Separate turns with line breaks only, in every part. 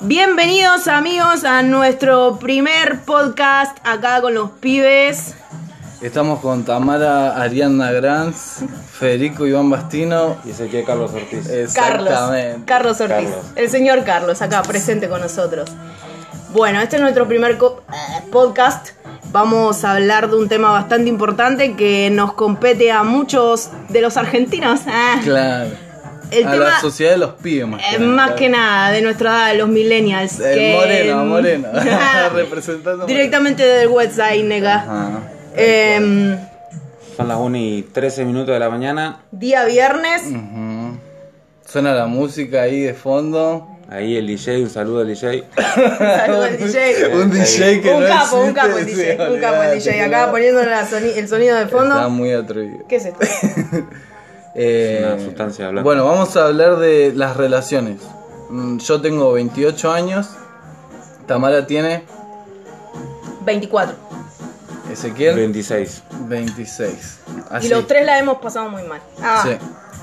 Bienvenidos amigos a nuestro primer podcast acá con los pibes.
Estamos con Tamara Ariana Granz, Federico Iván Bastino.
Y ese que Carlos Ortiz.
Carlos,
Exactamente.
Carlos Ortiz,
Carlos.
el señor Carlos acá presente con nosotros. Bueno, este es nuestro primer co- eh, podcast. Vamos a hablar de un tema bastante importante que nos compete a muchos de los argentinos. Ah,
Claro.
El
a
tema-
la sociedad de los pibes más
eh,
que nada.
más que nada, de nuestra edad, los millennials.
El
que-
Eh, moreno, moreno. Representando.
Directamente del website, nega.
Ajá.
Em,
Son las 1 y 13 minutos de la mañana.
día viernes.
Ujú. Suena la música ahí de fondo.
Ahí el DJ, un saludo al DJ.
Saludos al DJ.
un DJ que
un
no
capo, un capo el
existe,
DJ.
sí,
Un capo el DJ.
olvidate,
Acá
claro.
poniendo la soni- el sonido de
Está
fondo.
muy atrevido.
¿Qué es esto?
Eh,
Es una sustancia blanca.
Bueno, vamos a hablar de las relaciones. Mm, Yo tengo 28 años. Tamara tiene
24.
Ezequiel
26.
26.
Y
Así.
los tres la hemos pasado muy mal. Ah,
Sí.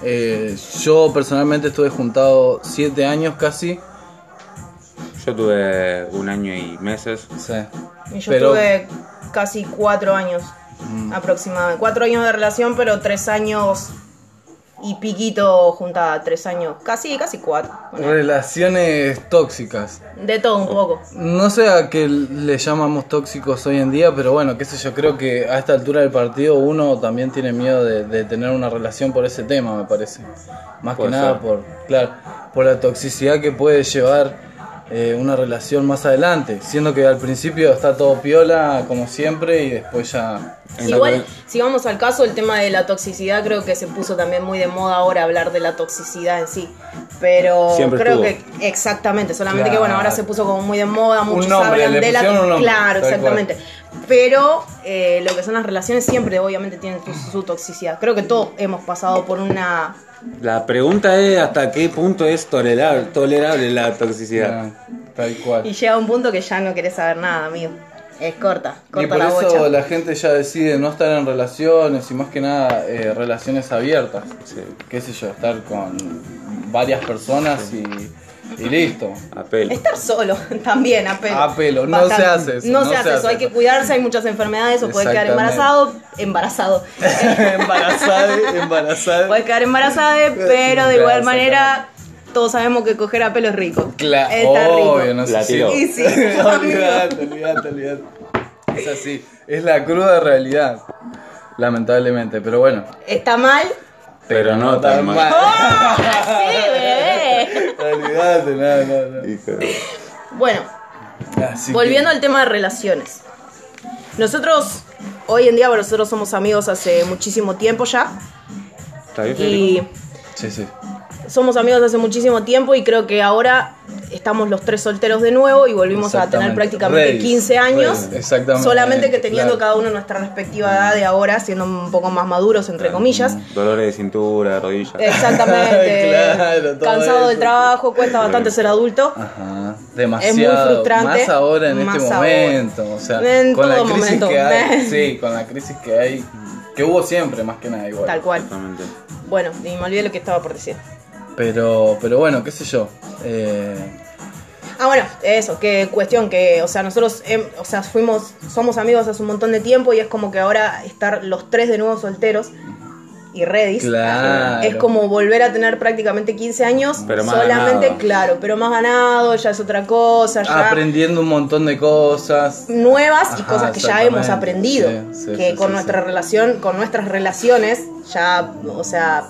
Eh, yo personalmente estuve juntado 7 años casi.
Yo tuve un año y meses.
Sí.
y yo
Pero- Mm.
tuve casi cuatro años aproximadamente. Cuatro años de relación, pero tres años y piquito juntada. Tres años, casi, casi cuatro. Bueno,
Relaciones tóxicas.
de todo
Oh.
un poco.
No sé a qué le llamamos tóxicos hoy en día, pero bueno, qué sé yo, creo que a esta altura del partido uno también tiene miedo de, de tener una relación por ese tema, me parece. Más que
Puede
nada
ser.
por, claro, por la toxicidad que puede llevar eh, una relación más adelante, siendo que al principio está todo piola, como siempre, y después ya...
Igual,
Entonces-
si vamos al caso, el tema de la toxicidad creo que se puso también muy de moda ahora hablar de la toxicidad en sí. Pero
Siempre
creo
estuvo.
que exactamente, solamente
Claro.
que bueno, ahora se puso como muy de moda, muchos
nombre,
hablan
le
de la
pusieron un nombre,
Claro,
tal
exactamente. Pero eh, lo que son las relaciones siempre obviamente tienen su, su toxicidad. Creo que todos hemos pasado por una...
La pregunta es hasta qué punto es tolerable, tolerable la
Ah.
toxicidad.
ya, tal
Y
cual.
llega un punto que ya no querés saber nada, amigo. Es corta,
Y
corta
por
la
eso
bocha.
la gente ya decide no estar en relaciones y más que nada eh, relaciones abiertas.
Sí.
qué sé yo, estar con varias personas y, y listo.
A pelo.
Estar solo también, a pelo.
A pelo, no se hace eso,
No,
no
se, hace eso, hay que cuidarse, hay muchas enfermedades, o puedes quedar
Exactamente.
embarazado, embarazado.
embarazada, embarazada.
puedes quedar embarazada, pero de
Claro,
igual manera todos sabemos que coger a pelo es rico.
Cla-
Está
obvio,
rico.
no sé
La
si-
tiró.
Y sí,
olvidate, olvidate, olvidate. Es así, es la cruda realidad, lamentablemente, pero bueno.
Está mal.
Pero no tan mal.
Sí, bebé.
olvidate, no, no, no.
Hijo de-
Bueno,
Así que-
volviendo al tema de relaciones. Nosotros, hoy en día, bueno, nosotros somos amigos hace muchísimo tiempo ya.
¿Está bien, Federico?
Y
Sí, sí.
somos amigos hace muchísimo tiempo y creo que ahora estamos los tres solteros de nuevo y volvimos a tener
Exactamente.
prácticamente
Ready,
15 años.
ready. Exactamente,
Solamente que teniendo
claro.
cada uno nuestra respectiva edad de ahora, siendo un poco más maduros, entre comillas.
Mm,
eh,
Dolores de cintura, de rodilla.
Exactamente.
Claro, todo
Cansado
eso.
del trabajo, cuesta bastante ser adulto.
Ajá, demasiado.
frustrante,
Más ahora en
más
este
ahora.
momento. O sea,
En
con la
todo
crisis
momento.
que hay. Sí, con la crisis que hay. Que hubo siempre, más que nada, igual.
Tal cual.
Exactamente.
Bueno, y me olvidé lo que estaba por decir.
Pero, pero bueno, qué sé yo. Eh,
Ah, bueno, eso, qué cuestión que, o sea, nosotros, em, o sea, fuimos, somos amigos hace un montón de tiempo y es como que ahora estar los tres de nuevo solteros y ready
Claro.
es como volver a tener prácticamente 15 años
Pero más
solamente,
ganado.
claro, pero más ganado, ya es otra cosa, ya
aprendiendo un montón de cosas.
nuevas y
Ajá,
cosas que ya hemos
exactamente.
aprendido,
Sí, sí,
que
sí,
con
sí,
nuestra
sí.
relación, con nuestras relaciones ya, o sea,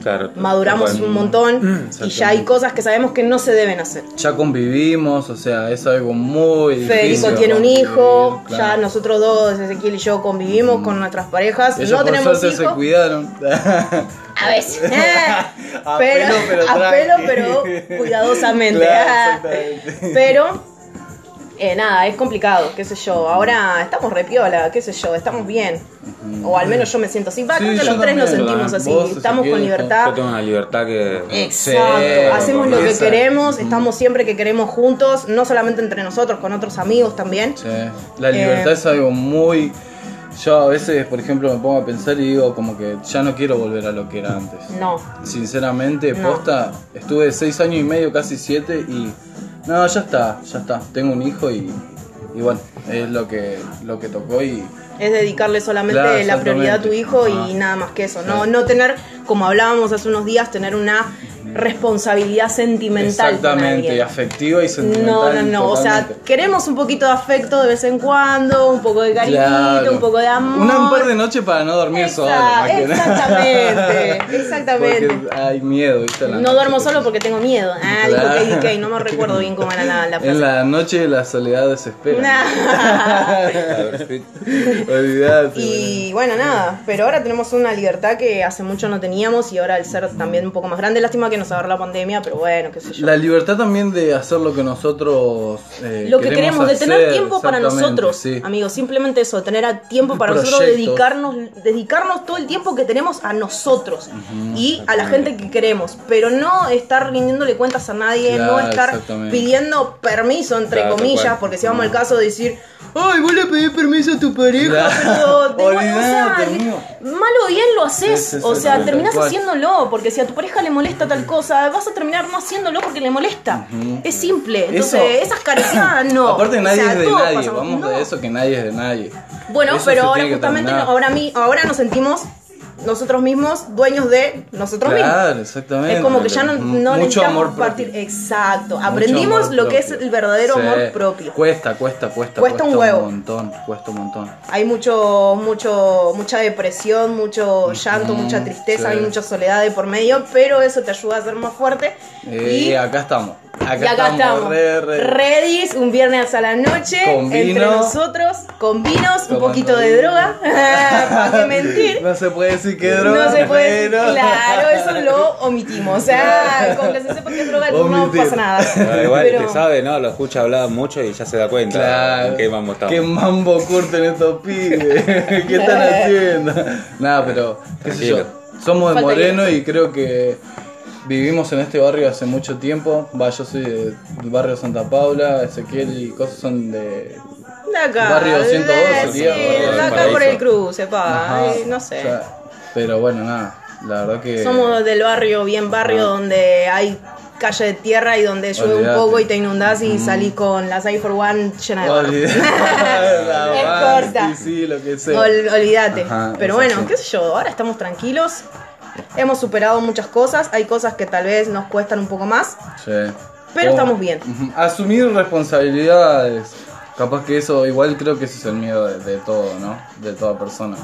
Claro.
maduramos
Bueno,
un montón y
Mm, exactamente.
ya hay cosas que sabemos que no se deben hacer.
Ya convivimos, o sea, es algo muy
Federico
difícil
tiene un
convivir,
hijo,
claro.
ya nosotros dos, Ezequiel y yo, convivimos con nuestras parejas,
Ellos
no
por
tenemos
suerte se
hijos.
cuidaron.
A veces. pero,
A pelo, pero
a pelo,
tranqui.
pero cuidadosamente.
Claro,
ah.
exactamente.
pero, eh, nada, es complicado, qué sé yo. Ahora estamos re piola, qué sé yo, estamos bien. O al menos yo me siento así. Va,
Sí,
creo que
yo
los tres nos
también,
sentimos
¿verdad?
así.
Vos,
estamos con
Ezequiel,
libertad.
Yo tengo una libertad que.
Exacto,
Sí,
hacemos lo que
esa.
queremos, estamos siempre que queremos juntos, no solamente entre nosotros, con otros amigos también.
Sí, La libertad
Eh,
es algo muy... Yo a veces, por ejemplo, me pongo a pensar y digo como que ya no quiero volver a lo que era antes.
No,
Sinceramente,
No.
posta, estuve seis años y medio, casi siete, y No, ya está, ya está. Tengo un hijo y, y bueno, es lo que, lo que tocó y
Es dedicarle solamente
Claro,
la prioridad a tu hijo y
exactamente. Ah.
nada más que eso. No, no tener, como hablábamos hace unos días, tener una responsabilidad sentimental. con
exactamente, y
alguien.
afectiva y sentimental.
No, no, no. O sea,
totalmente.
queremos un poquito de afecto de vez en cuando, un poco de cariñito,
Claro.
un poco de amor.
Una par de noche para no dormir
Exa-
solo. más que nada.
exactamente, exactamente.
Porque hay miedo, ¿viste? A la
No
noche,
duermo solo
porque-
porque tengo miedo. Ah, dijo
Claro.
Katy Kay, no me recuerdo bien cómo era la, la frase.
En la noche la soledad desespera.
Nah.
Olvidate.
Y bueno, nada, pero ahora tenemos una libertad que hace mucho no teníamos y ahora al ser también un poco más grande, lástima que nos agarró la pandemia, pero bueno, qué sé yo.
La libertad también de hacer lo que nosotros eh,
Lo que queremos, de tener
hacer,
tiempo para
exactamente,
nosotros,
sí.
amigos, simplemente eso, tener a- tiempo para nosotros,
Proyectos.
dedicarnos, dedicarnos todo el tiempo que tenemos a nosotros y a la gente que queremos, pero no estar rindiéndole cuentas a nadie,
Claro,
no estar
exactamente.
pidiendo permiso, entre
Claro, tal
comillas,
cual.
porque si vamos al caso de decir, ay, vos le pedís permiso a tu pareja,
Claro.
pero de nuevo, o sea,
Olvidate, amigo.
malo o bien lo haces,
Sí, sí, sí,
o sea,
tal
terminás
cual.
haciéndolo, porque si a tu pareja le molesta tal cosa, vas a terminar no haciéndolo porque le molesta, es simple, entonces
Eso-
esas caricias Ah, no.
Aparte
O
nadie
sea,
es de
todos
nadie,
pasamos-
vamos
no.
de eso que nadie es de nadie.
Bueno,
Eso
pero
se
ahora
tiene que
justamente
terminar.
no- ahora, mi- ahora nos sentimos nosotros mismos dueños de nosotros mismos.
Claro, exactamente.
Es como que ya no, no
Mucho
necesitamos
amor propio.
partir. Exacto.
Mucho
Aprendimos
amor
lo que es
propio.
el verdadero
Sí.
amor propio.
Cuesta, cuesta, cuesta.
Cuesta un huevo.
montón, cuesta un montón.
Hay mucho, mucho, mucha depresión, mucho llanto, mucha tristeza,
sí.
hay mucha soledad de por medio, pero eso te ayuda a ser más fuerte.
Eh,
y
acá estamos. Acá,
y acá estamos.
re, re.
Redis, un viernes a la noche.
Con vino.
entre nosotros, con vinos, un
Tomando
poquito de
vino.
droga. ¿Para qué mentir?
No se puede decir que droga.
No se puede.
pero-
Claro, eso lo omitimos. O sea, con que se sepa que es droga no
Omitir.
pasa nada.
Ah, igual
Pero-
te sabe, ¿no? Lo escucha hablar mucho y ya se da cuenta
Claro.
en qué mambo estamos.
Qué mambo curten estos pibes. ¿Qué están haciendo? Nada, pero qué sé yo.
Tranquilo.
Somos de
Falta
Moreno y creo que vivimos en este barrio hace mucho tiempo. Va, yo soy del barrio Santa Paula, Ezequiel y cosas son de
De acá.
Barrio 102
de-
sería,
sí,
barrio
de acá
Valparaíso.
por el cruce, pa.
Ajá,
eh, no sé.
o sea, pero bueno, nada, la verdad que.
Somos del barrio, bien barrio, donde hay calle de tierra y donde llueve
Olvídate.
un poco y te inundás y salís con la 6 for One llena de barro. Es
Es
corta.
Sí, sí, lo que sea.
Ol- olvídate.
Ajá,
Pero
es
bueno,
así.
qué sé yo, ahora estamos tranquilos. Hemos superado muchas cosas. Hay cosas que tal vez nos cuestan un poco más.
Sí.
Pero
Oh.
estamos bien.
Ujú. Asumir responsabilidades. Capaz que eso, igual creo que ese es el miedo de, de todo, ¿no? De toda persona.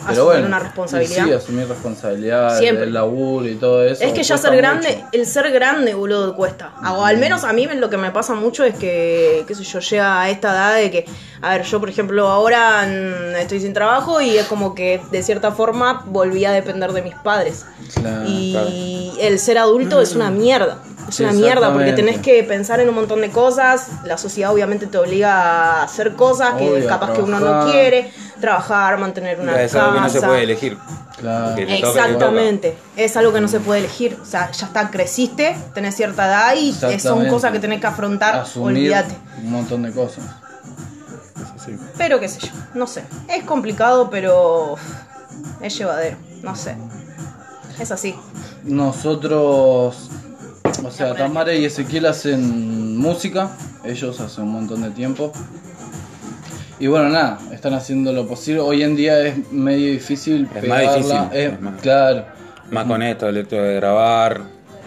Pero
Asumir
bueno,
una responsabilidad.
y Sí, asumir responsabilidad,
Siempre.
el laburo y todo eso.
es que ya
cuesta
ser grande,
mucho.
el ser grande, boludo, cuesta. O al menos a mí lo que me pasa mucho es que, qué sé yo, llega a esta edad de que, a ver, yo por ejemplo ahora mm, estoy sin trabajo y es como que de cierta forma volví a depender de mis padres.
Ah,
Claro.
Y el ser adulto es
Mm.
una mierda. Es una
Exactamente.
mierda porque tenés que pensar en un montón de cosas. La sociedad obviamente te obliga a hacer cosas que
Obvio,
capaz que uno no
trabajar.
quiere. Trabajar, mantener una
es algo que no se
casa.
puede elegir.
Claro.
Que te toca, te toca.
Exactamente, es algo que no se puede elegir. O sea, ya está, creciste, tenés cierta edad y son
Exactamente.
cosas que tenés que afrontar.
Asumir
Olvídate.
un montón de cosas.
Pero qué sé yo, no sé. Es complicado, pero es llevadero. No sé. Es así.
Nosotros, o sea, Tamara y Ezequiel hacen música, ellos hace un montón de tiempo. Y bueno, nada, están haciendo lo posible. Hoy en día es medio difícil
Es más
pegarla.
difícil,
es-
es más.
Claro,
Más con esto, el hecho de grabar.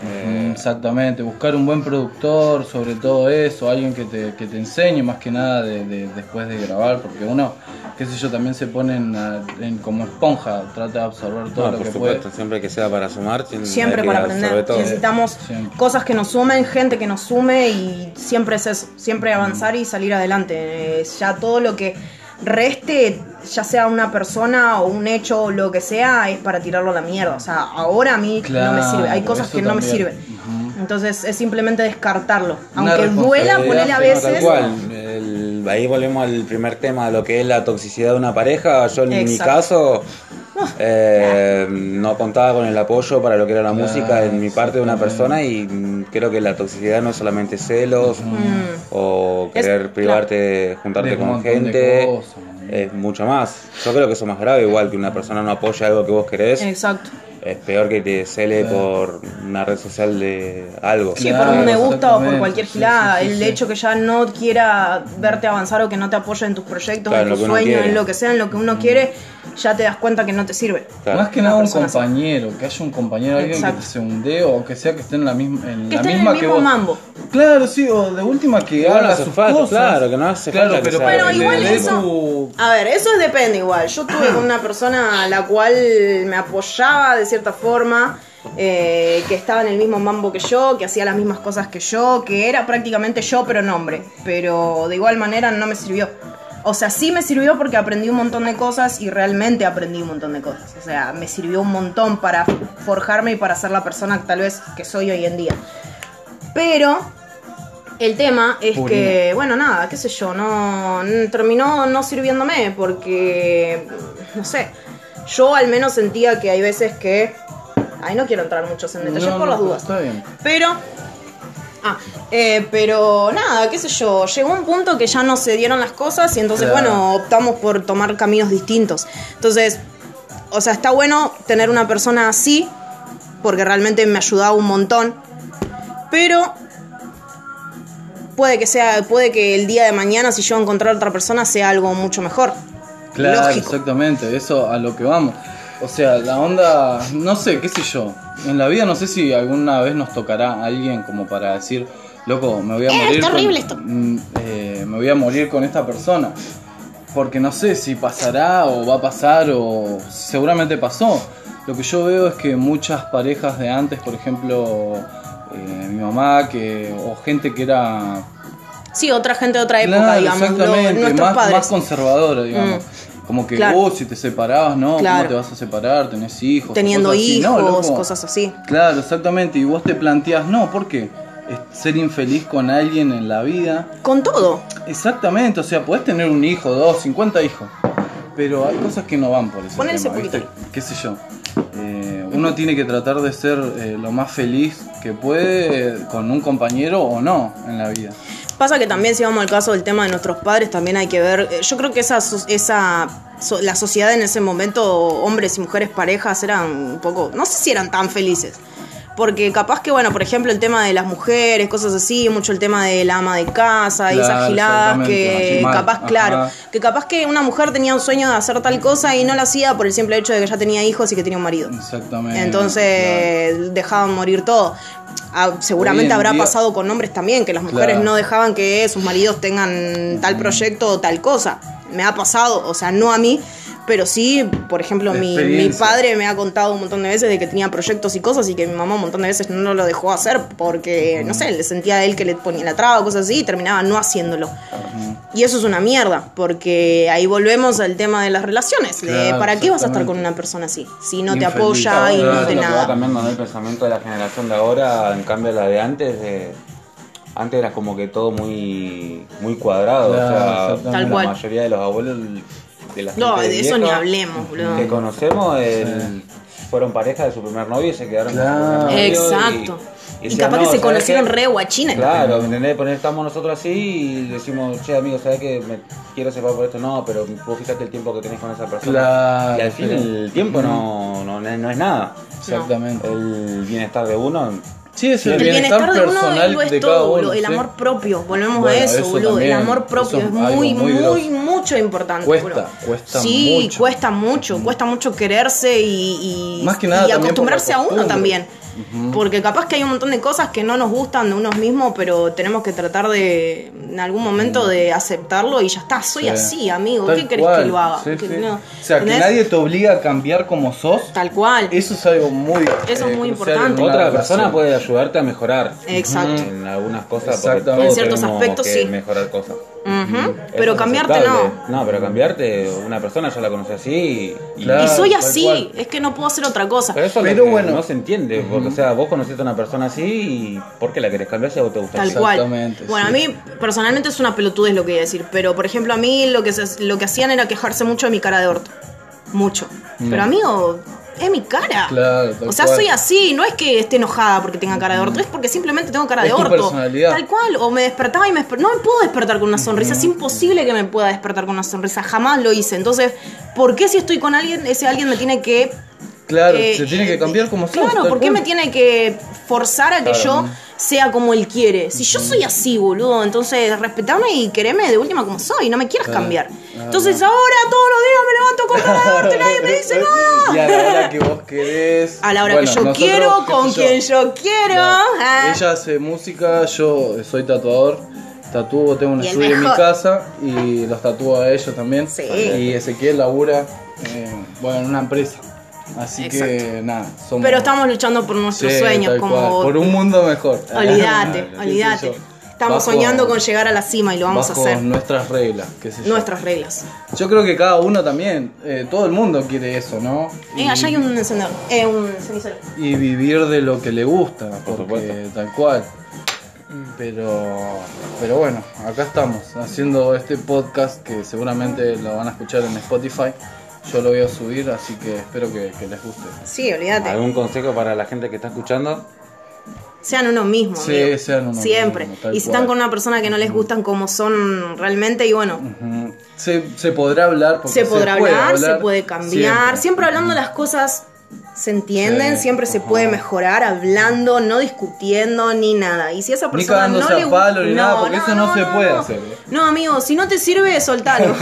Eh.
Mm, exactamente. Buscar un buen productor, sobre todo eso, alguien que te, que te enseñe más que nada de- de- después de grabar, porque uno, qué sé yo, también se pone en, la- en- como esponja, trata de absorber todo
No,
lo
Ah, por
que
supuesto,
puede.
siempre que sea para sumar. tiene-
Siempre
hay que
para
sobre
aprender.
todo.
Necesitamos
eh, Siempre.
cosas que nos sumen, gente que nos sume y siempre es eso,
Mm.
siempre avanzar y salir adelante. Eh, ya todo lo que reste, ya sea una persona o un hecho o lo que sea, es para tirarlo a la mierda. O sea, ahora a mí no me
Claro,
sirve. Hay cosas
eso
que no me
también.
sirven. Entonces es simplemente descartarlo.
Una
Aunque duela,
responsabilidad,
ponerle a
pero tal
veces.
Tal cual, el- ahí volvemos al primer tema, lo que es la toxicidad de una pareja. Yo en mi
Exacto.
caso eh, no contaba con el apoyo para lo que era la
Ah,
música en mi parte de una persona y mm, creo que la toxicidad no es solamente celos o
Mm. Es-
querer privarte de juntarte
De un
con
montón de
gente.
cosas.
Es mucho más. Yo creo que eso es más grave, igual que una persona no apoya algo que vos querés.
Exacto.
es peor que te cele por una red social de algo.
Sí,
Claro,
por un me gusta o por
exactamente.
cualquier
Sí,
gilada.
sí, sí,
el
sí.
hecho que ya no quiera verte avanzar o que no te apoye en tus proyectos,
Claro,
en
lo
tus
que uno
sueños,
quiere.
en lo que sea, en lo que
Mm.
uno quiere, ya te das cuenta que no te sirve.
Claro.
Más que
Una
nada un
persona así.
compañero, que haya un compañero, alguien
Exacto.
que te se hunde o que sea que esté en la misma, en
Que
la
esté en el
misma que
mismo
vos.
mambo.
Claro, sí, o de última que
Igual no
haga
hace
sus
falta,
cosas.
claro, que no hace
Claro,
falta que
pero
sea Bueno,
que
igual
le dé
eso-
tu-
A ver, eso depende igual. Yo tuve con una persona a la cual me apoyaba de cierta forma, eh, que estaba en el mismo mambo que yo, que hacía las mismas cosas que yo, que era prácticamente yo pero nombre. Pero de igual manera no me sirvió. O sea, sí me sirvió porque aprendí un montón de cosas y realmente aprendí un montón de cosas. O sea, me sirvió un montón para forjarme y para ser la persona tal vez que soy hoy en día. Pero el tema es
Purina.
que, bueno, nada, qué sé yo, no n- terminó no sirviéndome porque, no sé, yo al menos sentía que hay veces que... Ay, no quiero entrar muchos en detalles
No,
por
no,
las dudas.
Está bien.
Pero... Ah, eh, pero nada, qué sé yo, llegó un punto que ya no se dieron las cosas y entonces,
Claro.
bueno, optamos por tomar caminos distintos. Entonces, o sea, está bueno tener una persona así, porque realmente me ayudaba un montón, pero puede que sea, puede que el día de mañana, si yo encontrar otra persona, sea algo mucho mejor.
Claro,
Lógico.
exactamente, eso a lo que vamos. O sea, la onda, no sé, qué sé yo. En la vida no sé si alguna vez nos tocará a alguien como para decir, loco, me voy a morir. con- Mm, eh, me voy a morir con esta persona. Porque no sé si pasará o va a pasar o seguramente pasó. Lo que yo veo es que muchas parejas de antes, por ejemplo, eh, mi mamá, que o gente que era
Sí, otra gente de otra época,
Claro,
digamos, lo-
exactamente,
nuestros
más,
padres. Mm.
más conservadora, digamos. Como que
Claro.
vos si te separabas, ¿no?
Claro.
¿Cómo te vas a separar? ¿Tenés hijos?
teniendo
cosas así.
hijos,
No, loco.
cosas así.
Claro, exactamente. Y vos te planteás, no, ¿por qué? Es- Ser infeliz con alguien en la vida.
Con todo.
Exactamente, o sea, podés tener un hijo, dos, 50 hijos. Pero hay cosas que no van por ese
Ponele ese
tema,
poquito.
¿viste? ¿Qué sé yo? Eh, uno tiene que tratar de ser eh, lo más feliz que puede eh, con un compañero o no en la vida.
Pasa que también si vamos al caso del tema de nuestros padres, también hay que ver, eh, yo creo que esa, so- esa so- la sociedad en ese momento, hombres y mujeres parejas, eran un poco, no sé si eran tan felices. Porque capaz que, bueno, por ejemplo, el tema de las mujeres, cosas así, mucho el tema de la ama de casa y
Claro,
esas giladas
exactamente,
que
así mal,
capaz,
ajá.
claro, que capaz que una mujer tenía un sueño de hacer tal cosa y no lo hacía por el simple hecho de que ya tenía hijos y que tenía un marido.
Exactamente. claro.
Entonces dejaban morir todo. Ah,
Hoy en
seguramente habrá
día-
pasado con hombres también, que las mujeres
Claro. Mm.
no dejaban que sus maridos tengan tal proyecto o tal cosa. Me ha pasado, o sea, no a mí, pero sí, por ejemplo, mi, mi
Experiencia.
padre me ha contado un montón de veces de que tenía proyectos y cosas y que mi mamá un montón de veces no lo dejó hacer porque, no sé, le sentía a él que le ponía la traba o cosas así y terminaba no haciéndolo. Y eso es una mierda, porque ahí volvemos al tema de las relaciones. de
Claro,
¿Para qué vas a estar con
exactamente.
una persona así? Si no te
Infeliz.
apoya y
Ahora
no te
lo que va
nada.
cambiando ¿no? el pensamiento de la generación de ahora, en cambio la de antes, de- antes era como que todo muy, muy cuadrado,
Claro,
o sea,
exactamente.
Tal
la
cual.
mayoría de los abuelos de la
No,
gente
de eso ni
vieja
hablemos, boludo.
Que conocemos, el- fueron pareja de su primer novio y se quedaron
Claro.
con su primer novio
Exacto.
y-
Y,
decían,
capaz
"No,
que se
¿sabes
conocieron
qué?
re guachines.
Claro, ¿me entendés? Poner, estamos nosotros así y decimos, che, amigo, ¿sabes que me quiero separar por esto? No, pero vos fíjate el tiempo que tenés con esa persona.
Claro,
y al fin
pero-
el tiempo no, no, no es nada.
Exactamente.
El bienestar de uno.
Sí, es el,
El
bienestar,
bienestar de uno
personal
lo es
de cada
todo,
uno.
boludo. El
sí.
amor propio. Volvemos
Bueno,
a eso,
eso
boludo.
también.
el amor propio
Eso
es
es algo
muy,
muy
muy,
grosso.
mucho importante.
Cuesta,
boludo.
cuesta
sí,
mucho.
cuesta mucho. Cuesta mucho quererse y, y,
Más que nada
y
también por la
acostumbrarse a uno
costumbre.
también. Porque capaz que hay un montón de cosas que no nos gustan de unos mismos, pero tenemos que tratar de, en algún momento, de aceptarlo y ya está. Soy
Sí.
así, amigo.
Tal
¿Qué querés
cual,
que lo haga?
sí,
Que
sí.
no-
O sea, que
¿entendés?
nadie te obliga a cambiar como sos.
Tal cual.
Eso es algo muy. eh,
Eso es muy
crucial en
importante.
una
Otra
relación.
persona puede ayudarte a mejorar.
Exacto.
En algunas cosas. porque
Exactamente.
todos
En
ciertos
tenemos
aspectos,
que
sí.
mejorar cosas.
Ujú.
Eso
Pero
es
cambiarte
aceptable.
no.
No, pero cambiarte, una persona yo la conocí así. y-
Claro.
y soy
tal
así,
cual.
es que no puedo hacer otra cosa.
Pero eso es lo
Pero
que
bueno.
no se entiende, porque o sea, vos conociste a una persona así y ¿por qué la querés cambiar si a vos te gusta
Tal
así?
cual.
Exactamente,
Bueno,
sí.
a mí personalmente es una pelotudez lo que voy a decir, pero por ejemplo a mí lo que, se- lo que hacían era quejarse mucho de mi cara de orto. Mucho. Pero amigo, es mi cara.
Mm. Claro, tal
Ah. o sea,
cual.
soy así, no es que esté enojada porque tenga cara de orto, es porque simplemente tengo cara
Es
de
tu
orto.
personalidad.
Tal cual, o me despertaba y me desper- no me puedo despertar con una sonrisa, es imposible que me pueda despertar con una sonrisa, jamás lo hice. Entonces, ¿por qué si estoy con alguien, ese alguien me tiene que
Claro,
Eh,
se tiene que cambiar como sos.
Claro,
tal
¿por qué
cual.
me tiene que forzar a que
Claro.
yo sea como él quiere? Si yo soy así, boludo, entonces respetame y quereme de última como soy, no me quieras
Claro.
cambiar.
Ah,
Entonces ahora todos los días me levanto contra la arte y nadie me dice nada.
Y a la hora que vos querés.
A la hora
Bueno,
que yo
nosotros,
quiero,
qué
con
sé
quien yo quiero.
Claro.
Ah.
Ella hace música, yo soy tatuador. Tatúo, tengo un
Y el
estudio en mi
mejor.
casa y los tatúo a ellos también.
Sí.
Y Ezequiel labura eh, bueno, en una empresa. Así que nada, somos.
Pero estamos luchando por nuestros
Sí,
sueños,
tal
como
cual. Por un mundo mejor.
Olvídate,
Qué sé
olvídate.
yo.
Estamos
Bajo-
soñando con llegar a la cima y lo vamos a
bajo
hacer.
nuestras reglas, qué sé yo.
Nuestras reglas.
Yo creo que cada uno también, eh, todo el mundo quiere eso, ¿no?
Eh, allá hay un encendedor, eh, un cenicero.
y vivir de lo que le gusta,
Por
porque
supuesto.
tal cual.
Mm.
Pero, pero bueno, acá estamos haciendo este podcast que seguramente lo van a escuchar en Spotify. Yo lo voy a subir, así que espero que, que les guste.
Sí, olvídate.
¿Algún consejo para la gente que está escuchando?
Sean uno mismo.
Sí,
amigo.
sean uno
Siempre.
mismo, tal
y si están
cual.
con una persona que no les gustan como son realmente, y bueno,
Ujú. Se, se podrá hablar, porque
se podrá
puede
hablar, se puede cambiar. Siempre, hablando las cosas se entienden,
Sí,
siempre se
ajá.
puede mejorar hablando, no discutiendo ni nada. Y si a esa persona no
cagándose a
le
palo ni
no,
nada, porque eso no se puede hacer, ¿eh?
No, amigo, si no te sirve, soltalo.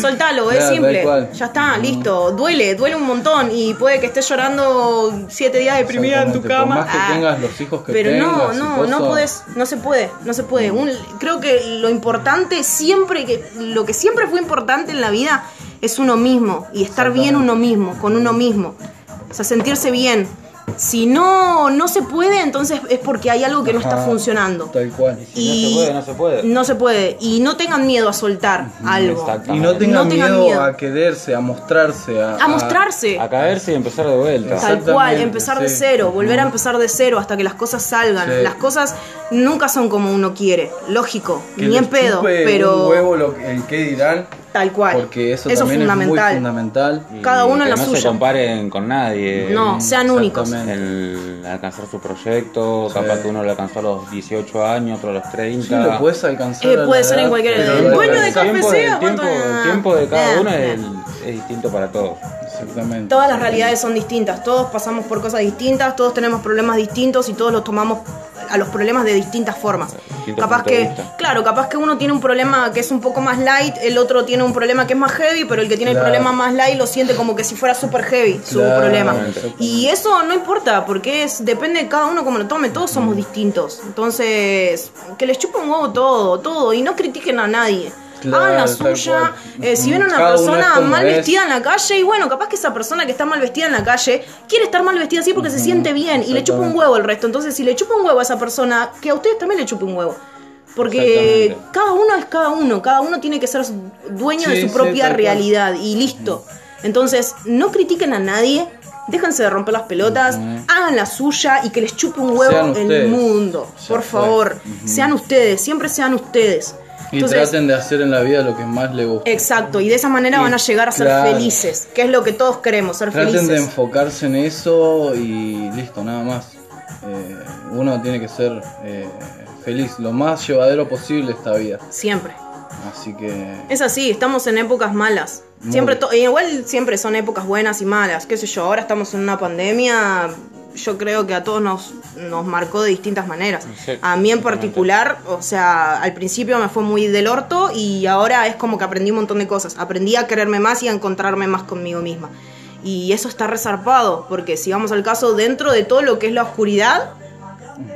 soltalo, es
Claro,
simple.
tal cual.
Ya está, listo. Duele, duele un montón y puede que estés llorando siete días deprimida en tu
Exactamente, por
cama. Ah.
más que tengas los hijos que
pero
tengas y
no, no,
cosas.
no podés, no se puede, no se
Mm.
puede. Un- creo que lo importante siempre, que lo que siempre fue importante en la vida es uno mismo y estar bien uno mismo, con uno mismo. O sea, sentirse bien. Si no, no se puede, entonces es porque hay algo que no está
Ajá,
funcionando.
Tal cual.
Si no se puede, no se puede.
No se puede. Y no tengan miedo a soltar algo.
exacto.
Y no tengan,
tengan
miedo,
miedo.
a quererse, a mostrarse, a,
A mostrarse.
Ah,
A caerse y empezar de vuelta.
Exacto.
Tal cual,
Exactamente,
empezar de
sí.
cero, volver a empezar de cero hasta que las cosas salgan.
Sí.
Las cosas nunca son como uno quiere, lógico,
que
ni
les
en pedo,
chupe
pero
un huevo lo, el que dirán,
tal cual.
porque eso,
es
también
fundamental.
es muy fundamental.
Y
Cada uno en
que
la
no
suya.
se comparen con nadie.
No, sean únicos.
Exactamente.
El alcanzar su proyecto, capaz que uno lo alcanzó a los 18 años, otro a los 30.
Sí, lo puedes alcanzar.
Eh,
a la
puede ser en
edad,
cualquier
pero
edad.
lo
Bueno,
alcanzas.
de café
tiempo,
sea,
el tiempo,
¿cuánto?
el tiempo de cada
Ah,
uno es,
ah.
es distinto para todos.
Exactamente.
Todas las realidades son distintas, todos pasamos por cosas distintas, todos tenemos problemas distintos y todos los tomamos a los problemas de distintas
Eh,
formas.
Distintos
Capaz
puntos de
que,
vista.
claro, capaz que uno tiene un problema que es un poco más light, el otro tiene un problema que es más heavy, pero el que tiene
Claro.
el problema más light lo siente como que si fuera super heavy su
Claro,
problema.
exactamente.
Y eso no importa, porque es depende de cada uno como lo tome, todos somos distintos. Entonces, que les chupe un huevo todo, todo, y no critiquen a nadie.
Claro,
Hagan la
tal cual.
suya. Eh, si ven a una
Cada uno es
persona
como
mal
es.
vestida en la calle, y bueno, capaz que esa persona que está mal vestida en la calle quiere estar mal vestida así porque se siente bien y le chupa un
exactamente.
huevo el resto. Entonces, si le chupa un huevo a esa persona, que a ustedes también le chupe un huevo. Porque
Exactamente.
cada uno es cada uno, cada uno tiene que ser su- dueño
Sí,
de su
sí,
propia
tal cual.
realidad y listo. Entonces, no critiquen a nadie, déjense de romper las pelotas, hagan la suya y que les chupe un huevo
Sean
el
ustedes.
mundo.
Ya
por
fue.
favor, sean ustedes, siempre sean ustedes.
Y traten de hacer en la vida lo que más les
Eh,
gusta.
Exacto, y de esa manera
Y
van a llegar a ser
claro.
felices, que es lo que todos queremos, ser
Traten de
felices.
enfocarse en eso y listo, nada más. Eh, uno tiene que ser eh, feliz, lo más llevadero posible esta vida.
Siempre.
Así que.
Es así, estamos en épocas malas.
Muy.
Siempre to- igual siempre son épocas buenas y malas, qué sé yo, ahora estamos en una pandemia, yo creo que a todos nos, nos marcó de distintas maneras.
Sí,
a mí en
totalmente.
particular, o sea, al principio me fue muy del orto y ahora es como que aprendí un montón de cosas. Aprendí a quererme más y a encontrarme más conmigo misma. Y eso está resarpado, porque si vamos al caso, dentro de todo lo que es la oscuridad,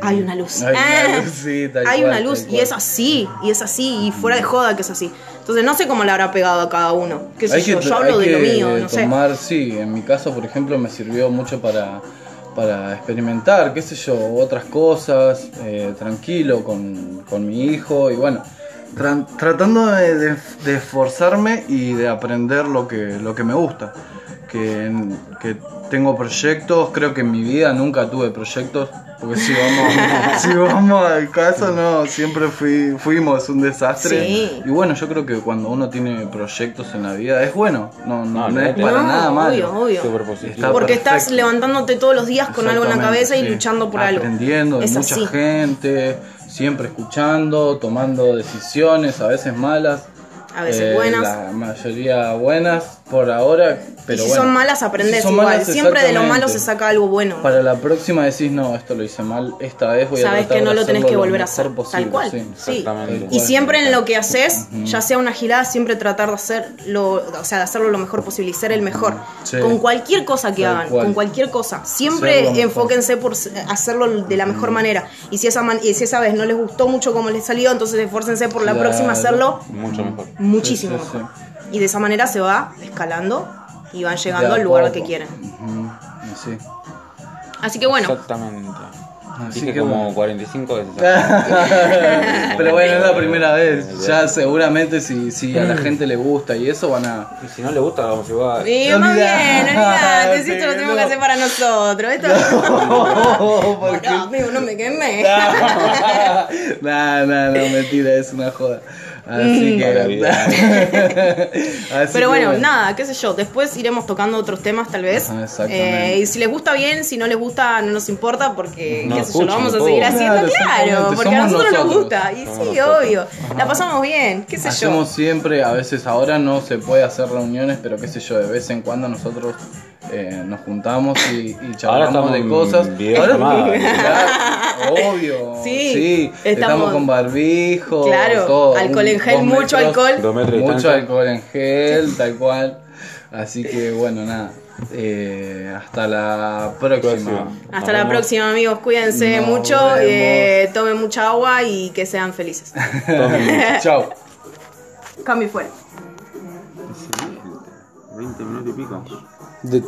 hay una luz.
Hay una
Ah,
luz, sí, tal
hay
cual,
una luz
tal
y
cual.
es así, y es así, y fuera de joda que es así. Entonces no sé cómo le habrá pegado a cada uno. ¿Qué sé
Hay
yo?
que-
yo hablo
hay
de lo
que
mío, no sé.
tomar, sí, en mi caso, por ejemplo, me sirvió mucho para, para experimentar, qué sé yo, otras cosas, eh, tranquilo con, con mi hijo y bueno, tran- tratando de, de- de esforzarme y de aprender lo que, lo que me gusta. Que, en- que tengo proyectos, creo que en mi vida nunca tuve proyectos, porque si vamos, si vamos al caso, no, siempre fui, fuimos un desastre.
Sí.
Y bueno, yo creo que cuando uno tiene proyectos en la vida es bueno, no, no,
No,
no es
no,
para
no,
nada
obvio,
malo.
obvio.
Súper positivo.
Está
Porque estás
perfecto.
levantándote todos los días con algo en la
Exactamente,
cabeza y
sí.
luchando por algo.
Aprendiendo de
Es
mucha
así.
gente, siempre escuchando, tomando decisiones, a veces malas.
A veces buenas.
La mayoría buenas, por ahora, eh, pero
y si
bueno.
son malas, aprendes
Si son
igual.
malas,
Siempre de lo malo
exactamente.
se saca algo bueno.
Para la próxima decís, no, esto lo hice mal, esta vez voy a
Sabes
tratar
que no
de
lo tenés
hacerlo
que volver a
mejor
hacer.
posible,
tal cual.
sí.
Sí.
Exactamente.
Y
Igual,
siempre en
tal.
lo que haces, ya sea una gilada, siempre tratar de hacerlo, o sea, de hacerlo lo mejor posible y ser el mejor.
Sí.
Con cualquier cosa que
Tal
hagan,
cual.
con cualquier cosa.
Ser lo
Siempre
mejor.
enfóquense por s- hacerlo de la mejor manera. Y si esa man- y si esa vez no les gustó mucho como les salió, entonces esfuércense por la
Claro.
próxima hacerlo
Mucho mejor.
muchísimo
Sí, sí,
mejor. Y de esa manera se va escalando y van llegando
De a
al lugar
poco.
que quieren.
Ujú, Así.
Así que bueno,
Exactamente.
Así
Dije
que
como
bueno.
45 veces.
Pero bueno, es la primera vez. Ya seguramente si, si a la gente le gusta y eso van a...
Y si no le gusta, vamos igual.
Y
No
más bien,
olvidá.
olvidate, si esto lo
Sí,
tenemos
no.
que hacer para nosotros. Esto
¿Por qué?
no, amigo, no me quemé.
no, no, no, mentira, es una joda. Así que.
Maravilla.
Así que
Pero bueno, nada, qué sé yo. Después iremos tocando otros temas, tal vez.
Ajá, exactamente.
Eh, y si les gusta bien, si no les gusta, no nos importa, porque
No,
qué sé yo, lo
escuchen
vamos a
todo.
seguir haciendo,
Claro,
claro.
exactamente,
Porque a
somos
nosotros, nos
nosotros.
gusta. Y
Somos
sí,
nosotros.
obvio. La pasamos bien, qué sé
Hacemos
yo.
siempre, a veces ahora no se puede hacer reuniones, pero qué sé yo, de vez en cuando nosotros eh, nos juntamos y, y charlamos
estamos
de
en
cosas.
videollamada.
claro, obvio.
Sí,
Sí,
estamos-
estamos, con barbijo.
Claro,
todo,
alcohol en gel,
dos
mucho
metros,
alcohol.
Dos metros de
Mucho
distancia.
alcohol en gel, tal cual. Así que bueno, nada. Eh, hasta la próxima.
Próxima.
Hasta la
Nos vemos.
próxima, amigos. Cuídense
Nos
mucho,
vemos.
eh, tomen mucha agua y que sean felices.
Tomen.
Chao.
Cami fuera.
20 minutos y pico.